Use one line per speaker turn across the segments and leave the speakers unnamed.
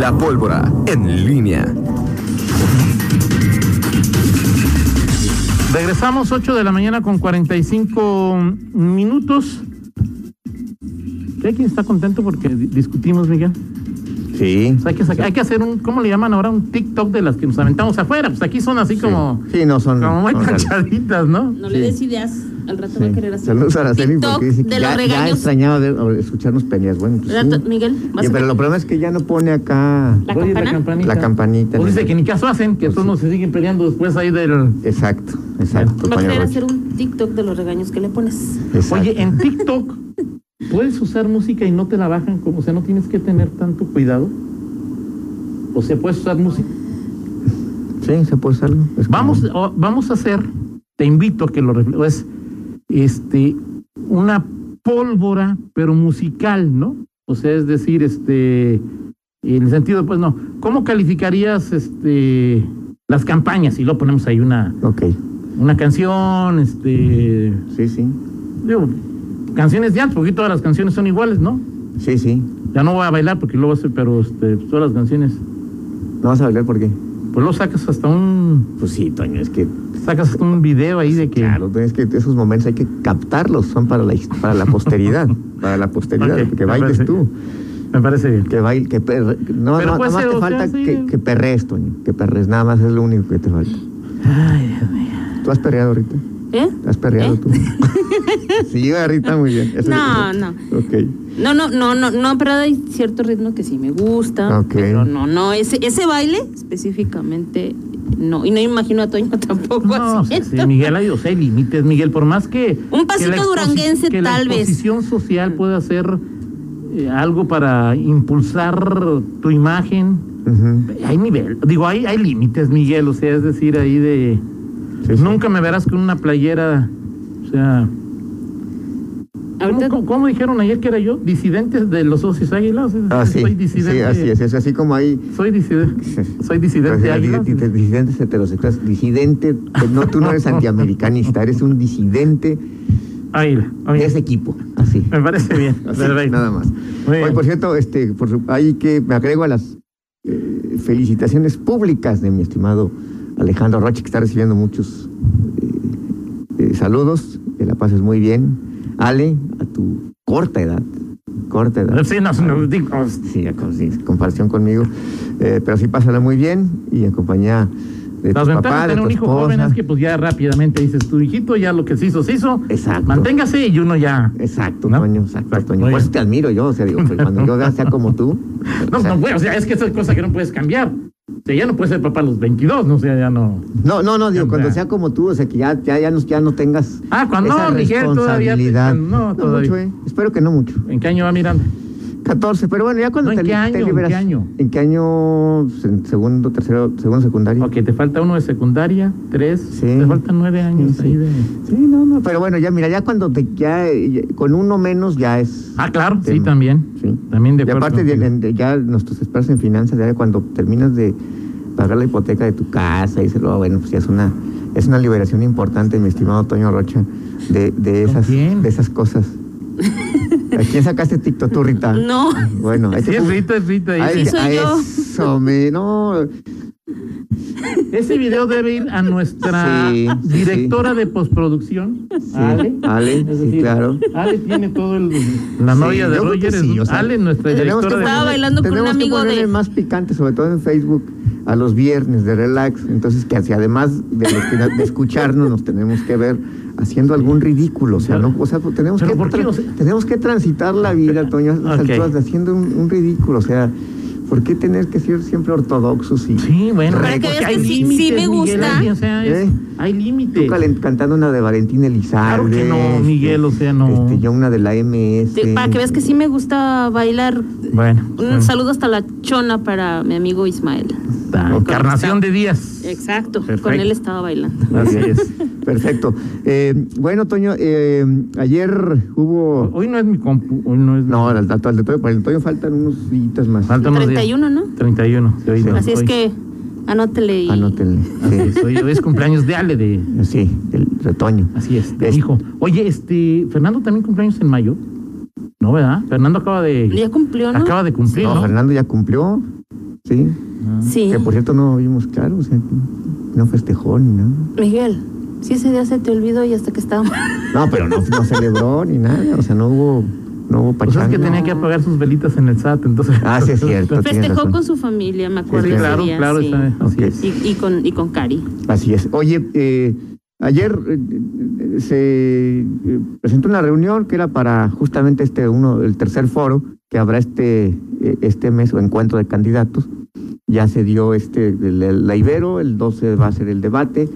La pólvora en línea.
Regresamos 8 de la mañana con 45 minutos. ¿Hay quien está contento porque di- discutimos, Miguel?
Sí.
O sea, hay, que saca- hay que hacer un, ¿cómo le llaman ahora? Un TikTok de las que nos aventamos afuera. Pues aquí son así como,
Sí, no son.
como muy
son reales.
canchaditas, ¿no?
No le
Sí.
des ideas. Al rato va a querer
Sí.
hacer.
Saludos a Araceli
TikTok
porque dice que
de
ya,
los
ya
regaños.
extrañaba de, o, escucharnos peleas. Bueno, pues
Rato-
sí.
Miguel, vas
Y-
a-
pero lo problema es que ya no pone acá.
La
Oye,
campana.
campanita.
La campanita.
O dice que ni caso hacen, que
Pues
todos nos siguen peleando después ahí del...
Exacto, exacto. Toño
Va a querer
Rocha.
hacer eh, un TikTok de los regaños que le pones.
Exacto.
Oye, en TikTok puedes usar música y no te la bajan, como, o sea, no tienes que tener tanto cuidado. O sea, puedes usar música.
Sí, se puede hacerlo. Es como-
Vamos, o- vamos a hacer, te invito a que lo reflejes, este, una pólvora, pero musical, ¿no? O sea, es decir, este, en el sentido, pues no, ¿cómo calificarías este las campañas? Y lo ponemos ahí una,
Ok.
una canción, este,
Sí, sí.
digo, canciones de antes, porque todas las canciones son iguales, ¿no?
Sí, sí.
Ya no voy a bailar porque luego hace, pero este, pues, todas las canciones.
No vas a bailar por qué.
Pues luego sacas hasta un.
Pues sí, Toño, es que.
Sacas hasta un video ahí de que.
Claro, Toño, es que esos momentos hay que captarlos. Son para la, his- para la posteridad. para la posteridad.
Ok,
que
me
bailes
parece.
tú.
Me parece bien.
Que baile, que perre, no,
Pero
no,
puede
nada más
ser,
te
o sea,
falta
sí.
que, que perres, Toño, que perres, nada más es lo único que te falta.
Ay, Dios mío.
¿Tú has perreado ahorita?
¿Eh?
¿Has perreado
¿Eh?
tú?
¿Eh?
sí, ahorita muy bien. Eso-
No, no.
Ok.
No, no, no, no, no, pero hay cierto ritmo que sí me gusta.
Ok.
Pero no, no, ese, ese baile específicamente no. Y no imagino a Toño tampoco
No, o sea,
haciendo.
sí, Miguel, hay, o sea, hay límites, Miguel, por más que.
pues, Un
que
pasito
la exposi-
duranguense,
que la
tal vez.
exposición social pueda ser eh, algo para impulsar tu imagen.
Ujú.
Hay nivel. Digo, hay, hay límites, Miguel, o sea, es decir, ahí de.
Sí, sí.
Nunca me verás con una playera. O sea. ¿Cómo,
Ahorita
cómo- cómo dijeron ayer que era yo? Disidentes de los socios águilas. Es decir,
Ah, sí,
Soy
sí,
disidente.
así es, es así como hay
Soy disidente. Soy disidente
Entonces,
águila.
disi- disi- disidentes heterosexuales, disidente, no, tú no eres antiamericanista, eres un disidente
Águila. Oye,
de ese equipo, así.
Me parece bien.
Así,
Perfecto.
nada más.
Muy
Oye,
bien.
por cierto, este, por su- hay que me agrego a las eh, felicitaciones públicas de mi estimado Alejandro Roche, que está recibiendo muchos eh, eh, saludos. Que la pases muy bien. Ale, a tu corta edad, corta edad.
Sí, no, no, digo,
Sí, a con- sí, en comparación conmigo. Eh, pero sí, pásala muy bien y en compañía de
Las
tu
ventajas
papá,
de
de
tener
tu
un hijo joven
esposa.
es que pues ya rápidamente dices, tu hijito ya lo que se hizo, se hizo.
Exacto.
Manténgase y uno ya.
Exacto,
¿No?
Toño, exacto,
Exacto,
Toño.
muy
Por eso
bien.
te admiro yo, o sea, digo, pues, cuando yo vea sea como tú.
No,
o sea,
no, güey, o sea, es que esa es cosa que no puedes cambiar. O sea, ya no puedes ser papá a los 22, no, o sea, ya no.
No, no, no, digo,
O
cuando
sea.
sea como tú, o sea, que ya, ya, ya, no, ya no tengas
Ah, cuando
esa
no, Miguel, todavía te-
responsabilidad.
no, todavía.
mucho, ¿eh? Espero que no mucho.
¿En qué año va Miranda?
14, pero bueno, ya cuando
No, ¿en
te,
qué
li- te
año? ¿En qué
liberas.
año?
¿En qué año? En segundo, tercero, segundo, secundario.
Ok, te falta uno de secundaria, tres,
Sí.
te faltan nueve años
sí.
ahí de...
Sí, no, no, pero bueno, ya mira, ya cuando te, ya, eh, ya- con uno menos ya es.
Ah, claro, sí,
Tema.
también.
Sí.
También de
y
acuerdo.
aparte, de-
contigo.
de- ya nuestros expertos en finanzas, ya cuando terminas de pagar la hipoteca de tu casa, y se lo, bueno, pues ya es una, es una liberación importante, mi estimado Toño Rocha, de, de,
¿Con
esas,
quién?
de esas cosas. ¿A quién sacaste TikTok tú, Rita?
No.
Bueno, hay
Sí,
que
es
pub-
Rita, es Rita. ahí.
hay
Sí,
que-
soy
a
yo.
Eso, me, no.
Ese video debe ir a nuestra
Sí, sí,
directora de postproducción,
Sí,
Ale.
Ale,
Es
sí,
decir,
claro.
Ale tiene todo el. La
Sí,
novia de
yo creo
Roger
que
es
sí, o sea,
Ale, nuestra
tenemos
directora
que
de.
Estaba
ponerle-
bailando con un
tenemos que
amigo de-
ponerle más picante, sobre todo en Facebook, a los viernes de relax. Entonces, que así, además de, los que- de escucharnos, nos tenemos que ver haciendo algún ridículo. O sea, no, o sea pues, tenemos,
Pero
que,
¿por qué?
tra-
O sea-
tenemos que transitar la vida, Toño, a estas
Ok.
alturas, de haciendo un, un ridículo. O sea, ¿por qué tener que ser siempre ortodoxos y
Sí, bueno,
Para que
porque
veas
hay
que sí-
límites,
sí
Miguel,
me gusta.
hay- o sea, es-
¿Eh?
hay
tú
límites.
calen- cantando una de Valentín Elizalde?
Claro que no,
este,
Miguel, o sea, no.
este, yo una de la MS.
te- para que veas que sí me gusta bailar.
Bueno,
Un saludo hasta la chona para mi amigo Ismael.
La encarnación de días.
Exacto.
Perfecto.
Con él estaba bailando.
Así es.
Perfecto. Eh, bueno, Toño, eh, ayer hubo...
Hoy no es mi compu, hoy no es. mi-
No, al, al, al de Toño, para el Toño faltan unos días más.
Faltan unos días.
31, ¿no?
31. de hoy no,
Así es
hoy.
que anótele y.
Anótenle.
Así es,
Sí,
hoy, hoy es cumpleaños de Ale, de.
sí, del de Toño.
Así es, de
Es-
mi hijo. Oye, este, Fernando también cumpleaños en mayo. ¿No, verdad? Fernando acaba de.
Ya cumplió, ¿no?
Acaba de cumplir,
No,
¿no? Ah.
Fernando ya cumplió. Sí.
Sí.
Que por cierto no vimos claro, o sea, que no festejó ni nada.
Miguel, si ese día se te olvidó y hasta que
Ah,
estábamos.
No, pero no, no celebró ni nada, o sea, no hubo, no hubo
Pues es
pachanga.
que tenía que apagar sus velitas en el SAT, entonces.
Ah, sí, es cierto. tienes
Festejó
razón.
con su familia, me acuerdo.
Sí,
ese
claro,
día,
claro,
sí.
está- así
Ok.
es.
Y, y con, y con Cari.
Así es. Oye, eh, ayer eh, eh, se eh, presentó una reunión que era para justamente este uno, el tercer foro que habrá este, eh, este mes o encuentro de candidatos. Ya se dio este, el- el- la Ibero, el 12 va a ser el debate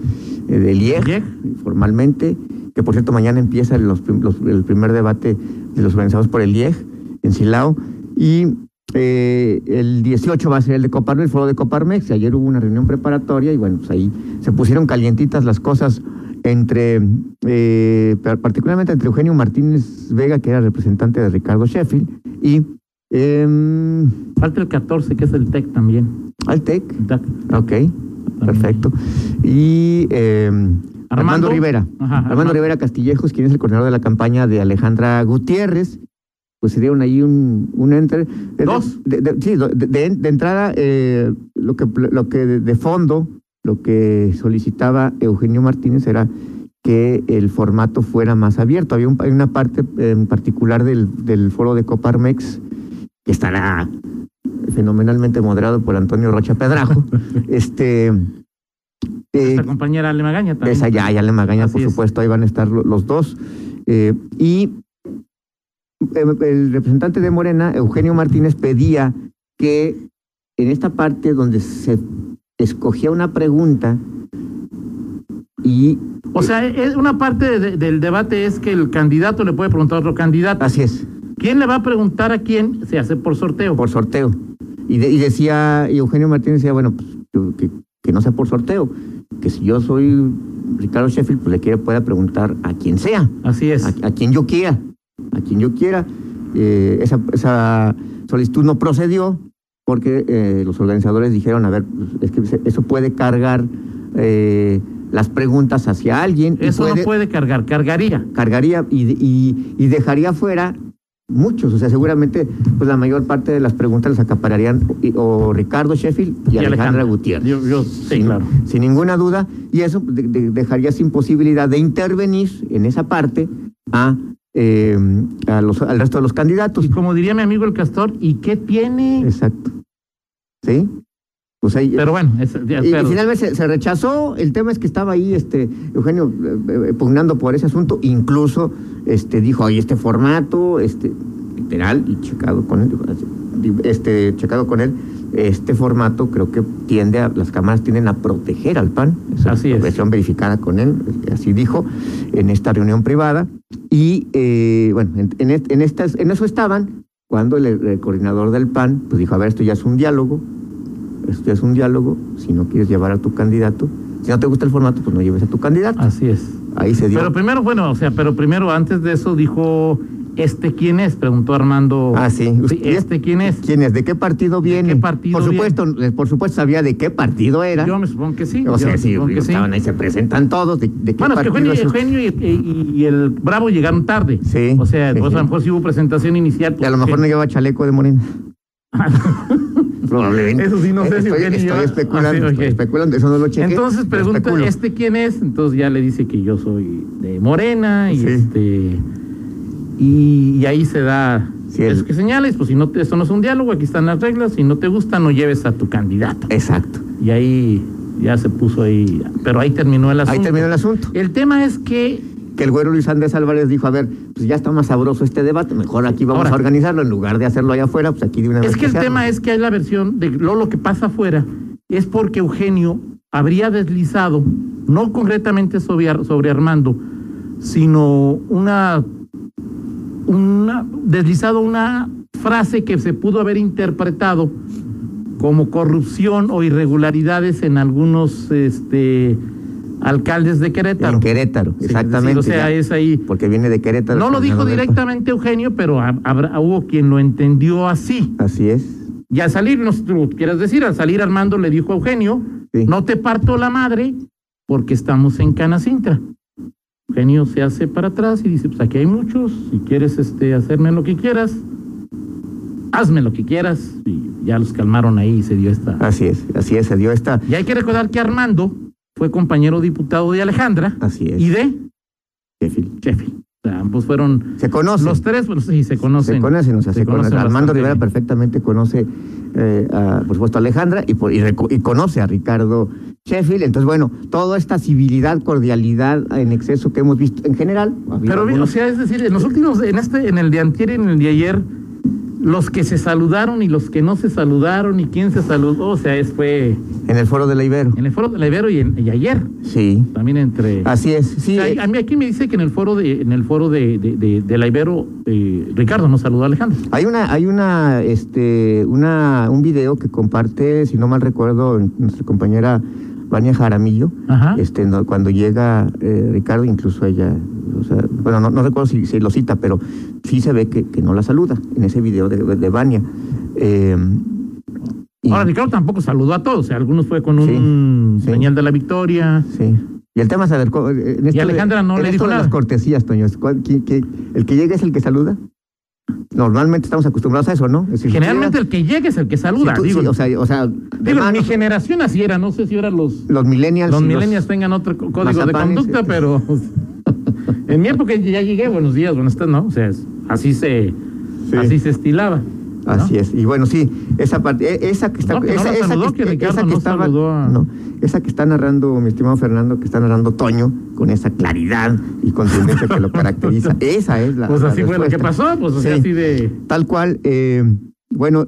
eh, del IEG,
IEG.
formalmente, que por cierto mañana empieza los prim- los- el primer debate de los organizados por el IEG en Silao. Y eh, el 18 va a ser el de Coparmex, el foro de Coparmex. y Ayer hubo una reunión preparatoria y bueno, pues ahí se pusieron calientitas las cosas entre, eh, par- particularmente entre Eugenio Martínez Vega, que era representante de Ricardo Sheffield, y eh,
Falta el 14, que es el TEC también.
Altec.
El TEC.
Ok, perfecto. Y eh, Armando,
Armando.
Rivera.
Ajá,
Armando,
Armando.
Rivera Castillejos, quien es el coordinador de la campaña de Alejandra Gutiérrez. Pues se dieron ahí un, un entre. de-
Dos.
de- de- sí, do- de, de- de entrada, eh, lo que, lo que de, de fondo, lo que solicitaba Eugenio Martínez era que el formato fuera más abierto. Había un- hay una parte eh, en particular del, del foro de Coparmex que estará fenomenalmente moderado por Antonio Rocha Pedrajo. este, eh,
Nuestra compañera Ale Magaña también.
esa ya, ya le magaña,
Así
por
es.
supuesto, ahí van a estar lo- los dos. Eh, y eh, el representante de Morena, Eugenio Martínez, pedía que en esta parte donde se escogía una pregunta y
O sea, es una parte de- del debate es que el candidato le puede preguntar a otro candidato.
así es,
¿Quién le va a preguntar a quién? Se hace por sorteo.
por sorteo. Y, de- y decía, y Eugenio Martínez decía, bueno, pues, que- que, que no sea por sorteo, que si yo soy Ricardo Sheffield, pues le quiero, pueda preguntar a quien sea.
Así es.
a, a quien yo quiera, a quien yo quiera. Eh, esa, esa solicitud no procedió porque eh, los organizadores dijeron, a ver, pues, es que se- eso puede cargar eh, las preguntas hacia alguien. y
Eso no puede cargar, cargaría.
Cargaría y, y- y dejaría fuera muchos. O sea, seguramente pues, la mayor parte de las preguntas las acapararían y- o Ricardo Sheffield y, Alejandra, Gutiérrez.
Yo, yo- sí,
sin,
claro.
sin ninguna duda, y eso de- de- dejaría sin posibilidad de intervenir en esa parte a, eh, a los, al resto de los candidatos.
Y Pues como diría mi amigo el castor, ¿y qué tiene?
Exacto. ¿Sí? Pues ahí,
Pero bueno, es- de
y, y
acuerdo.
finalmente se, se rechazó. El tema es que estaba ahí este Eugenio eh, eh, pugnando por ese asunto. Incluso este dijo, oye, este formato, este, literal, y checado con él, dijo, así, este, checado con él, este formato creo que tiende a, las cámaras tienden a proteger al PAN. Esa
Así es.
versión verificada con él, así dijo, en esta reunión privada. Y eh, bueno, en, en est- en estas, en eso estaban cuando el, el coordinador del PAN pues dijo, a ver, esto ya es un diálogo, esto ya es un diálogo, si no quieres llevar a tu candidato, si no te gusta el formato, pues no lleves a tu candidato.
Así es.
Ahí se dio.
Ah, Pero primero, bueno, o sea, pero primero antes de eso dijo, ¿este quién es? Preguntó Armando.
Ah, sí. Usted-
¿Este quién es?
¿Quién es? ¿De qué partido
¿De qué
viene?
partido
por
viene?
supuesto, eh, por supuesto sabía de qué partido era.
Yo me supongo que sí.
o
yo
sea,
me
sí,
supongo que sí.
estaban ahí, se presentan todos, de, de qué
Bueno, es que
partido
Eugenio,
es el-
Eugenio y, y- y el Bravo llegaron tarde.
Sí,
O sea,
sí,
pues,
sí.
a lo mejor sí hubo presentación inicial.
Y a lo mejor no
porque-
lleva chaleco de Morena. Probablemente. Eh,
Eso sí, no sé si
estoy,
Eugenio
estoy
lleva-
especulando,
Ah, sí,
estoy
ok.
especulando, eso no lo chequé.
Entonces
lo
pregunta,
especulo.
¿este quién es? Entonces ya le dice que yo soy de Morena y
Sí.
este. Y, y ahí se da
Sí,
eso
el-
que señales, pues si no te, esto no es un diálogo, aquí están las reglas, si no te gusta no lleves a tu candidato.
Exacto.
Y ahí ya se puso ahí, pero ahí terminó el asunto.
Ahí terminó el asunto.
El tema es que
Que el güero Luis Andrés Álvarez dijo, a ver, pues ya está más sabroso este debate, mejor aquí vamos
Ahora-
a organizarlo, en lugar de hacerlo allá afuera, pues aquí de una vez.
Es que el
se arma.
tema es que hay la versión de lo, lo que pasa afuera es porque Eugenio habría deslizado, no concretamente sobre, Ar- sobre Armando, sino una, una deslizado una frase que se pudo haber interpretado como corrupción o irregularidades en algunos este, alcaldes de Querétaro.
En Querétaro,
Sí, es decir,
exactamente.
o sea,
ya, pues,
es ahí.
Porque viene de Querétaro.
No lo dijo
Fernando del-
directamente Eugenio, pero hab- habrá- hubo quien lo entendió así.
Así es.
Y al salir, no sé si tú quieras decir, al salir Armando le dijo a Eugenio,
Sí.
no te parto la madre porque estamos en Canacintra. Eugenio se hace para atrás y dice, pues aquí hay muchos, si quieres este, hacerme lo que quieras, hazme lo que quieras, y ya los calmaron ahí y se dio esta.
Así es, así es, se dio esta.
Y hay que recordar que Armando fue compañero diputado de Alejandra
Así es.
y de
Sheffield.
Sheffield. O sea, ambos fueron
Se conoce.
los tres, bueno, sí, se conocen.
Se conocen, o sea,
Se
se,
conocen
conocen. Armando
bastante
Rivera
bien.
perfectamente conoce, eh, a, por supuesto, a Alejandra y, por- y reco- y conoce a Ricardo Sheffield. Entonces, bueno, toda esta civilidad, cordialidad en exceso que hemos visto en general. ha habido
Pero, o
algunos-
sea, es decir, en los últimos, en este, en el de antier y en el de ayer, los que se saludaron y los que no se saludaron y quién se saludó, o sea, es fue
en el foro de la Ibero.
en el foro del Ibero y, en- y ayer,
Sí,
también entre...
así es.
O
Sí,
sea, a
eh,
mí aquí me dice que en el foro de, en el foro de, de, de- de la Ibero, eh, Ricardo nos saludó a Alejandro.
hay una, hay una, este, una, un video que comparte, si no mal recuerdo, nuestra compañera Vania Jaramillo.
Ajá.
Este, no, cuando llega eh, Ricardo, incluso ella, o sea, bueno, no, no recuerdo si, si lo cita, pero sí se ve que, que no la saluda en ese video de, de, de Vania. Eh, y-
Ahora, Ricardo tampoco saludó a todos, o sea, algunos fue con un
Sí, sí.
señal de la victoria.
Sí. Y el tema es, a ver, co- en esto de-
Alejandra no
en
le dijo
esto de
nada.
las cortesías, Toño, es cuál- quién- qué- ¿el que llega es el que saluda? Normalmente estamos acostumbrados a eso, ¿no? Es decir,
Generalmente
si
el que llega es el que saluda.
tú-
digo,
sí, o sea, o sea, de
digo, en
mano,
mi generación así era, no sé si ahora los,
los millennials.
los
y
millennials tengan otro co- código de
mazapanes,
conducta,
este.
pero en mi época ya llegué, buenos días, buenas tardes, ¿no? O sea, es- así se
Sí.
así se estilaba.
Así es. Y bueno, sí, esa parte, e- esa que está,
No, que no
esa,
la
esa
saludó,
que,
que Ricardo
esa que
no
está-
saludó a-
no, esa que está narrando mi estimado Fernando, que está narrando Toño con esa claridad y contundencia que lo caracteriza. Esa es la.
Pues
la
así fue lo que
respuesta.
pasó, pues o sea,
Sí.
así de
Tal cual, eh, bueno,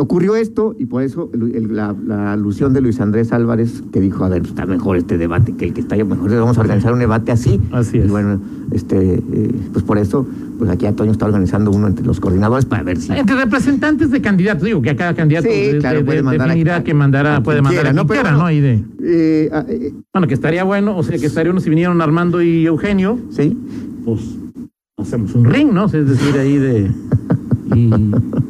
ocurrió esto y por eso el- el- la, la alusión de Luis Andrés Álvarez que dijo, a ver, está mejor este debate que el que está, mejor vamos a organizar un debate así.
Así
Y
es.
bueno, este, eh, pues por eso, pues aquí a Toño está organizando uno entre los coordinadores para ver si...
entre representantes de candidatos, digo que a cada candidato
Sí,
de-
claro,
de-
puede
de-
mandar a-
definirá
a
que mandará,
quien
puede mandar
quiera,
a
¿no?
quien quiera,
Pero bueno.
¿no? Ahí de,
Eh, ah, eh,
bueno, que estaría bueno, o sea, que estaría bueno si vinieron Armando y Eugenio,
sí,
pues hacemos un ring, ¿no? O sea, Es decir, ahí de. Y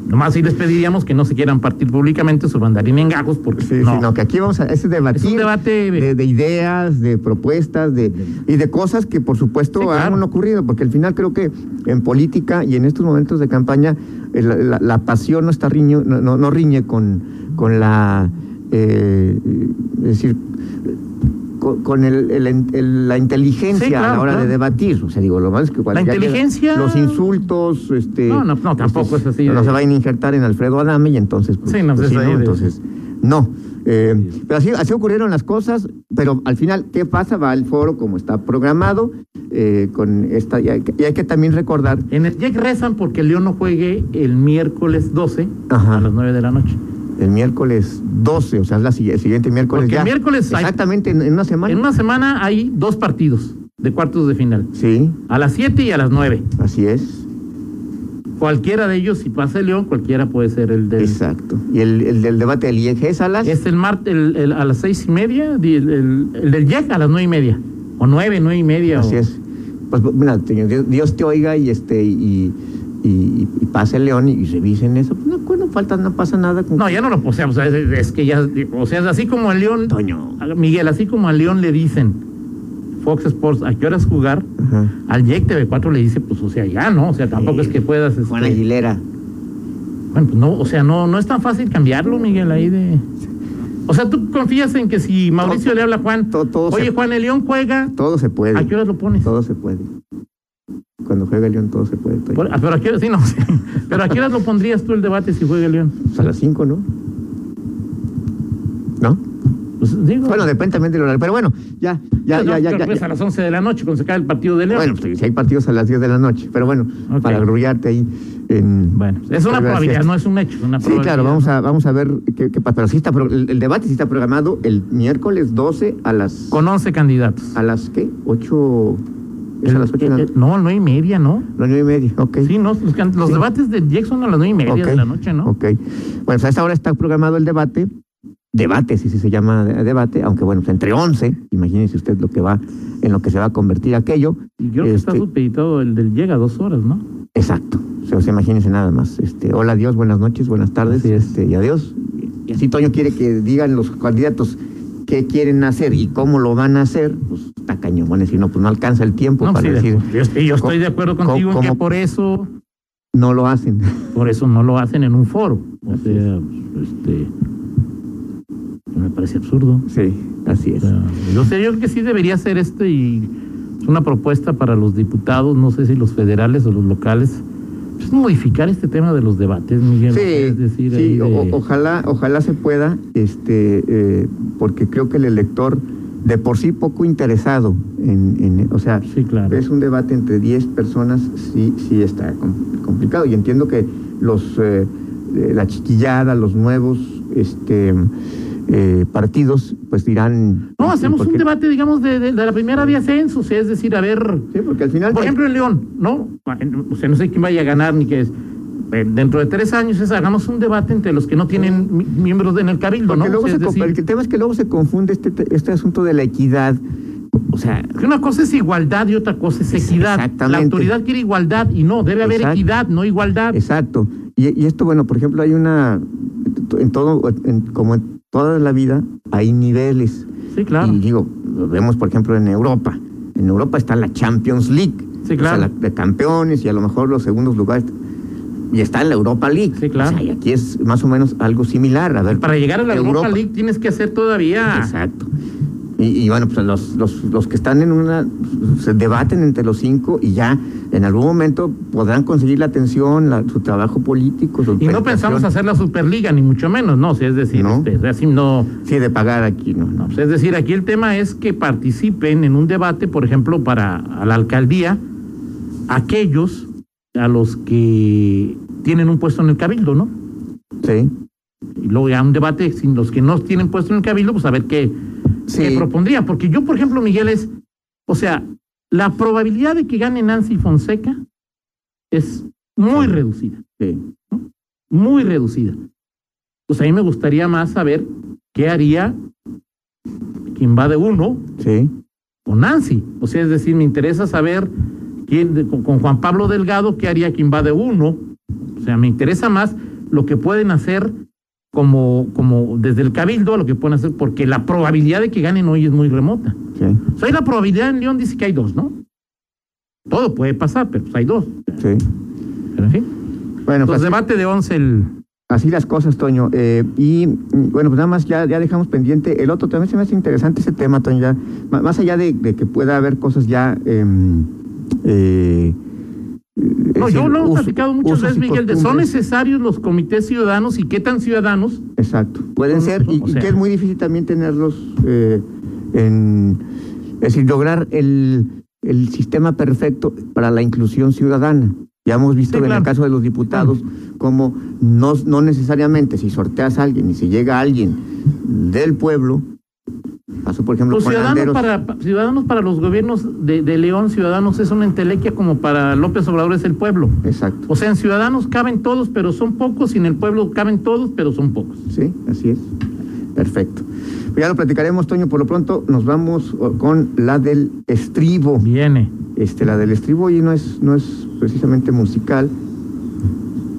nomás sí les pediríamos que no se quieran partir públicamente su bandarín en gajos, porque
Sí,
no.
sí, no, que aquí vamos a ese debate.
Es un debate
de, de ideas, de propuestas, de y de cosas que por supuesto
Sí, claro.
han ocurrido, porque al final creo que en política y en estos momentos de campaña eh, la, la- la pasión no está riño, no, no, no riñe con, con la eh, es decir con, con el- el en- el- la inteligencia
Sí,
a
claro,
la hora
claro.
de debatir. O sea, digo, lo más es que cuando
La
ya llega-
inteligencia-
los insultos, este
No, no, no, tampoco es así
No,
de-
se va a injertar en Alfredo Adame y entonces pues,
Sí, no,
pues,
es
sí,
ahí de-
entonces no. eh, pero así, así ocurrieron las cosas, pero al final, ¿qué pasa? Va el foro como está programado, eh, con esta, y, hay que, y hay que también recordar,
En el Jack rezan porque León no juegue el miércoles 12
Ajá.
a las 9 de la noche.
el miércoles 12, o sea, es la, sigui- el siguiente miércoles
Porque
ya.
el miércoles hay-
Exactamente, en, en una semana.
En una semana hay dos partidos de cuartos de final,
Sí,
a las 7 y a las 9.
así es,
Cualquiera de ellos, si pasa el León, cualquiera puede ser el del.
exacto. Y el, el del debate del IEG Salas,
Es el martes el- el- a las 6 y media, di- el, el- el del Jack a las 9 y media. O 9, 9 y media.
así
o-
es. Pues mira, señor, Dios, Dios te oiga y este y, y, y- y pase el león y, y revisen eso. No, bueno, falta, no pasa nada. con-
No, ya no lo poseamos. Es, es que ya. O sea, es así como a León.
Toño.
a- Miguel, así como a León le dicen Fox Sports, ¿a qué horas jugar?
Ajá.
Al Jack TV4 le dice, pues, o sea, ya, ¿no? O sea, tampoco
Sí.
es que puedas. este,
Juana Aguilera.
Bueno, pues no, o sea, no, no es tan fácil cambiarlo, Miguel, ahí de. O sea, tú confías en que si Mauricio
Todo-
le habla a Juan,
todo- todo
oye,
se-
Juan, el León juega,
Todo se puede.
¿a qué horas lo pones?
Todo se puede. Cuando juega el León todo se puede. Toño.
Por- ah, pero a qué horas, sí, no, sí. Pero a qué horas lo pondrías tú el debate si juega el León?
Pues a las 5, ¿no? ¿No?
Pues digo.
Bueno, depende también del horario. Pero bueno, ya, ya,
no,
ya, ya.
pero
ya,
pues
ya.
a las 11 de la noche cuando se acaba el partido de León.
Bueno, pues, si hay partidos a las 10 de la noche. Pero bueno,
Ok.
para arrullarte ahí en.
Bueno, es una
Gracias.
probabilidad, no es un hecho, es una
Sí,
probabilidad.
claro, vamos
¿no?
a, vamos a ver qué, qué pasa. Pero sí está, pro- el, el debate sí está programado el miércoles 12 a las.
Con 11 candidatos.
¿A las qué? ¿8? ¿Es a las 8 de la
Eh, eh,
noche?
No, nueve y media, ¿no?
Las 9 y media, ok.
Sí, no, los, can- los
Sí.
debates de Jackson a las nueve y media de
Ok,
la noche, ¿no?
Ok. Bueno, pues a esta hora está programado el debate. Debate, si se llama de- debate, aunque bueno, pues entre 11, imagínese usted lo que va, en lo que se va a convertir aquello.
Y creo que está
Este-
supeditado el del llega a dos horas, ¿no?
Exacto. O sea, o sea, imagínese nada más. Este, hola, adiós, buenas noches, buenas tardes,
Así es.
este, y adiós. Y así Toño quiere que digan los candidatos qué quieren hacer y cómo lo van a hacer, pues está cañón. Van a decir, no, pues no alcanza el tiempo
no,
para
sí, de
decir.
acuerdo. yo, estoy- yo estoy de acuerdo
co-
contigo en que
como-
por eso
no lo hacen.
Por eso no lo hacen en un foro. O
Así
sea, este. Me parece absurdo.
Sí, así
O
es.
sea, yo sé, yo creo que sí debería ser esto y es una propuesta para los diputados, no sé si los federales o los locales, pues, modificar este tema de los debates, Miguel.
Sí,
es decir,
sí,
ahí de-
o- ojalá, ojalá se pueda, este, eh, porque creo que el elector de por sí poco interesado en, en- o sea,
sí, claro.
es un debate entre 10 personas, sí, sí está com- complicado. Y entiendo que los eh, eh, la chiquillada, los nuevos este eh, partidos, pues dirán.
No,
sí,
hacemos un
porque-
debate, digamos, de, de- de la primera vía censo, o sea, es decir, a ver,
Sí, porque al final.
por ejemplo, en León, ¿no? O sea, no sé quién vaya a ganar ni qué es. Eh, Dentro de tres años es, hagamos un debate entre los que no tienen mi- miembros en el cabildo,
porque
¿no?
luego
O sea,
se
es
conf-
decir,
el tema es que luego se confunde este, te- este asunto de la equidad. O sea,
Que una cosa es igualdad y otra cosa es
Es-
equidad.
exactamente.
La autoridad quiere igualdad y no, debe haber
Exacto.
equidad, no igualdad.
Exacto. Y, y esto, bueno, por ejemplo, hay una, en todo, en- como en toda la vida, hay niveles.
Sí, claro.
Y digo, lo vemos, por ejemplo, en Europa. En Europa está la Champions League.
Sí,
O sea,
claro.
la- de campeones y a lo mejor los segundos lugares. Y está en la Europa League.
Sí, claro.
O sea, y aquí es más o menos algo similar. A ver,
Para llegar a la Europa,
Europa.
League tienes que hacer todavía.
Exacto. Y, y bueno, pues los, los, los que están en una. se debaten entre los cinco y ya en algún momento podrán conseguir la atención, la- su trabajo político. Su
Y no
penetración.
pensamos hacer la Superliga, ni mucho menos, no, o sea, es decir,
No.
este, así no.
Sí, de pagar aquí, no,
no,
no.
pues, es decir, aquí el tema es que participen en un debate, por ejemplo, para a la alcaldía, aquellos a los que tienen un puesto en el cabildo, ¿no?
Sí.
Y luego ya un debate sin los que no tienen puesto en el cabildo, pues a ver qué, que
Sí.
propondría, porque yo, por ejemplo, Miguel, es, o sea, la probabilidad de que gane Nancy Fonseca es muy reducida,
sí.
muy reducida. Pues a mí me gustaría más saber qué haría quien va de uno
sí.
con Nancy. O sea, es decir, me interesa saber quién, de- con, con Juan Pablo Delgado, qué haría quien va de uno. O sea, me interesa más lo que pueden hacer como, como desde el cabildo a lo que pueden hacer, porque la probabilidad de que ganen hoy es muy remota.
Sí.
O sea, la probabilidad en León dice que hay dos, ¿no? Todo puede pasar, pero pues hay dos.
sí.
Pero en fin.
Bueno,
Entonces,
pues
debate de once el.
así las cosas, Toño. Eh, y mm, bueno, pues nada más ya, ya dejamos pendiente el otro. También se me hace interesante ese tema, Toño. ya. M- más allá de, de que pueda haber cosas ya. em, eh,
No,
es
yo
decir,
lo he
uso-
platicado muchas
usos
veces,
y
Miguel, de son
costumbres.
necesarios los comités ciudadanos y qué tan ciudadanos.
Exacto. Pueden
Son-
ser, y,
o
y
sea-
que es muy difícil también tenerlos eh, en. Es decir, lograr el, el sistema perfecto para la inclusión ciudadana. Ya hemos visto
Sí,
en
claro.
el caso de los diputados como no, no necesariamente si sorteas a alguien y si llega alguien del pueblo, pasó por ejemplo
Los
con
ciudadanos
Anderos.
para, pa- ciudadanos para los gobiernos de, de León, ciudadanos es una entelequia como para López Obrador es el pueblo.
Exacto.
O sea, en ciudadanos caben todos, pero son pocos, y en el pueblo caben todos, pero son pocos.
Sí, así es. Perfecto. Pues ya lo platicaremos, Toño. Por lo pronto nos vamos oh, con la del estribo.
Viene.
Este, la del estribo oye, no es, no es precisamente musical.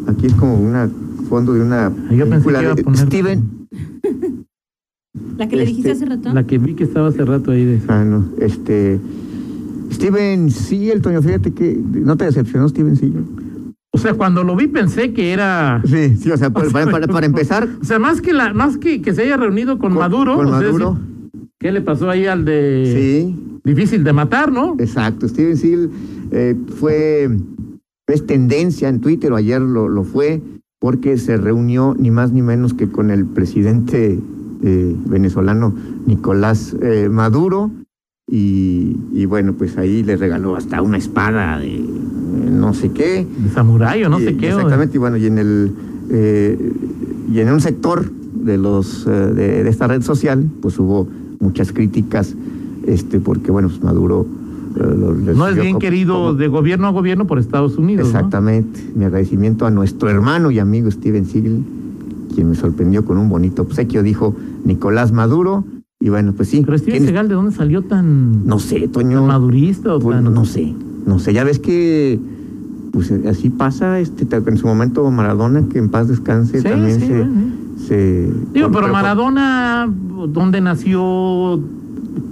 Aquí es como una fondo de una
Ah, yo pensé que iba a
de
poner-
Steven.
La que le dijiste
Este,
hace rato.
La que vi que estaba hace rato ahí de.
Ah, no, este. Steven Seagal, Toño, fíjate que. ¿No te decepcionó Steven Seagal?
O sea, cuando lo vi pensé que era.
Sí, sí, o sea,
O
por-
sea,
para, para- para empezar.
O sea, más que la, más que, que se haya reunido con, Maduro.
Con
o sea,
Maduro.
¿Qué le pasó ahí al de
Sí,
difícil de matar, no?
exacto. Steven Seagal eh, fue. Es tendencia en Twitter, o ayer lo, lo fue, porque se reunió ni más ni menos que con el presidente eh, venezolano Nicolás eh, Maduro. Y, y bueno, pues ahí le regaló hasta una espada de eh, no sé qué.
De samurái o no
Y-
sé qué. o de-
Exactamente, y bueno, y en el eh, y en un sector de los eh, de, de esta red social, pues hubo muchas críticas, este, porque bueno, pues Maduro eh, lo- lo
no es
recibió
bien
como-
querido
como-
de gobierno a gobierno por Estados Unidos. ¿no?
Exactamente. Mi agradecimiento a nuestro hermano y amigo Steven Seagal, quien me sorprendió con un bonito obsequio, dijo Nicolás Maduro. Y bueno, pues sí.
Pero Steven
¿quién es?
Segal, ¿de dónde salió tan
No sé, Toño.
madurista o
Pues,
tan-
no sé, no sé, ya ves que pues eh, así pasa, este ta- en su momento Maradona, que en paz descanse,
Sí,
también
sí,
se,
bueno,
se-
Digo, pero
fue-
Maradona, ¿dónde nació?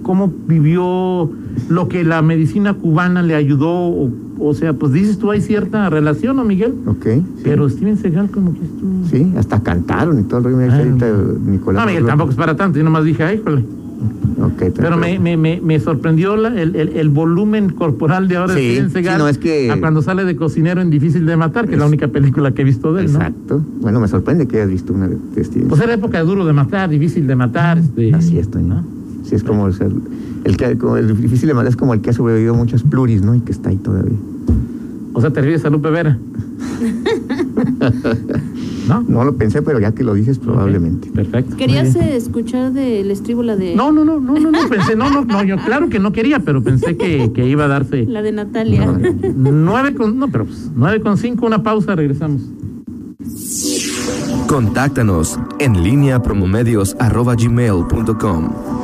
¿Cómo vivió? ¿Lo que la medicina cubana le ayudó o o sea, pues dices tú hay cierta relación, ¿no, Miguel?
Ok. sí.
Pero Steven Segal como que estuvo...
Sí, hasta cantaron y todo el rollo. Mira,
Ah.
ahorita Nicolás.
No, Miguel,
Maduro.
tampoco es para tanto, yo nomás dije, ay, híjole.
Ok, está
Pero me,
bien.
me, me, me sorprendió la- el, el, el volumen corporal de ahora
Sí,
de Steven
sí,
Seagal
no, es que-
a cuando sale de cocinero en Difícil de Matar, que es, la
Es-
única película que he visto de él, ¿no?
Exacto. Bueno, me sorprende que hayas visto una de de Steven.
Pues era época de duro de matar, difícil de matar, este.
Así es, Toño. Sí, es como, o sea, el, el que, como el difícil de matar es como el que ha sobrevivido a muchas pluris, ¿no? Y que está ahí todavía.
O sea, te refieres a Lupe Vera. ¿No?
No lo pensé, pero ya que lo dices, probablemente.
Ok, perfecto.
¿Querías
muy bien.
eh, escuchar del estribo la de
No, no, no, no, no, no, pensé, no, no, no, yo claro que no quería, pero pensé que, que iba a darse
la de Natalia?
No, no.
nueve con, no, pero pues, nueve con cinco, una pausa, regresamos.
Contáctanos en línea promomedios.com.